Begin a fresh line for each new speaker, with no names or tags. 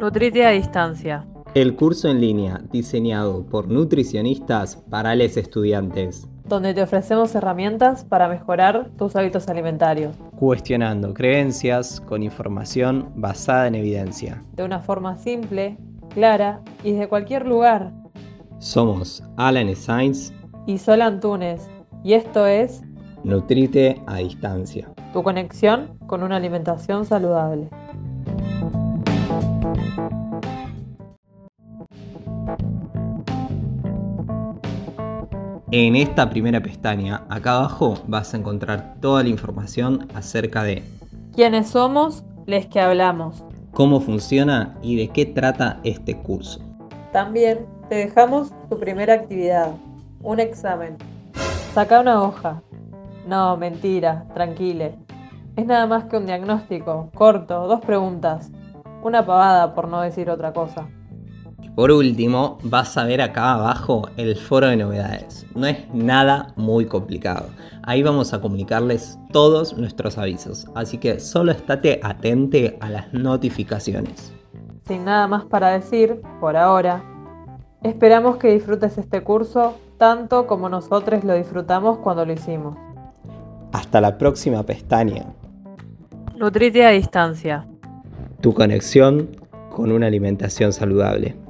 Nutrite a distancia.
El curso en línea diseñado por nutricionistas para les estudiantes.
Donde te ofrecemos herramientas para mejorar tus hábitos alimentarios.
Cuestionando creencias con información basada en evidencia.
De una forma simple, clara y desde cualquier lugar.
Somos Alan Sainz
Y Sol Antunes. Y esto es
Nutrite a distancia.
tu conexión con una alimentación saludable.
En esta primera pestaña, acá abajo, vas a encontrar toda la información acerca de
¿Quiénes somos? Les que hablamos.
cómo funciona y de qué trata este curso.
También te dejamos tu primera actividad, un examen. Saca una hoja. No, mentira, tranquile. Es nada más que un diagnóstico, corto, dos preguntas. Una pavada, por no decir otra cosa.
Y por último, vas a ver acá abajo el foro de novedades. No es nada muy complicado. Ahí vamos a comunicarles todos nuestros avisos, así que solo estate atente a las notificaciones.
Sin nada más para decir, por ahora, esperamos que disfrutes este curso tanto como nosotros lo disfrutamos cuando lo hicimos.
Hasta la próxima pestaña.
Nutrite a distancia.
Tu conexión con una alimentación saludable.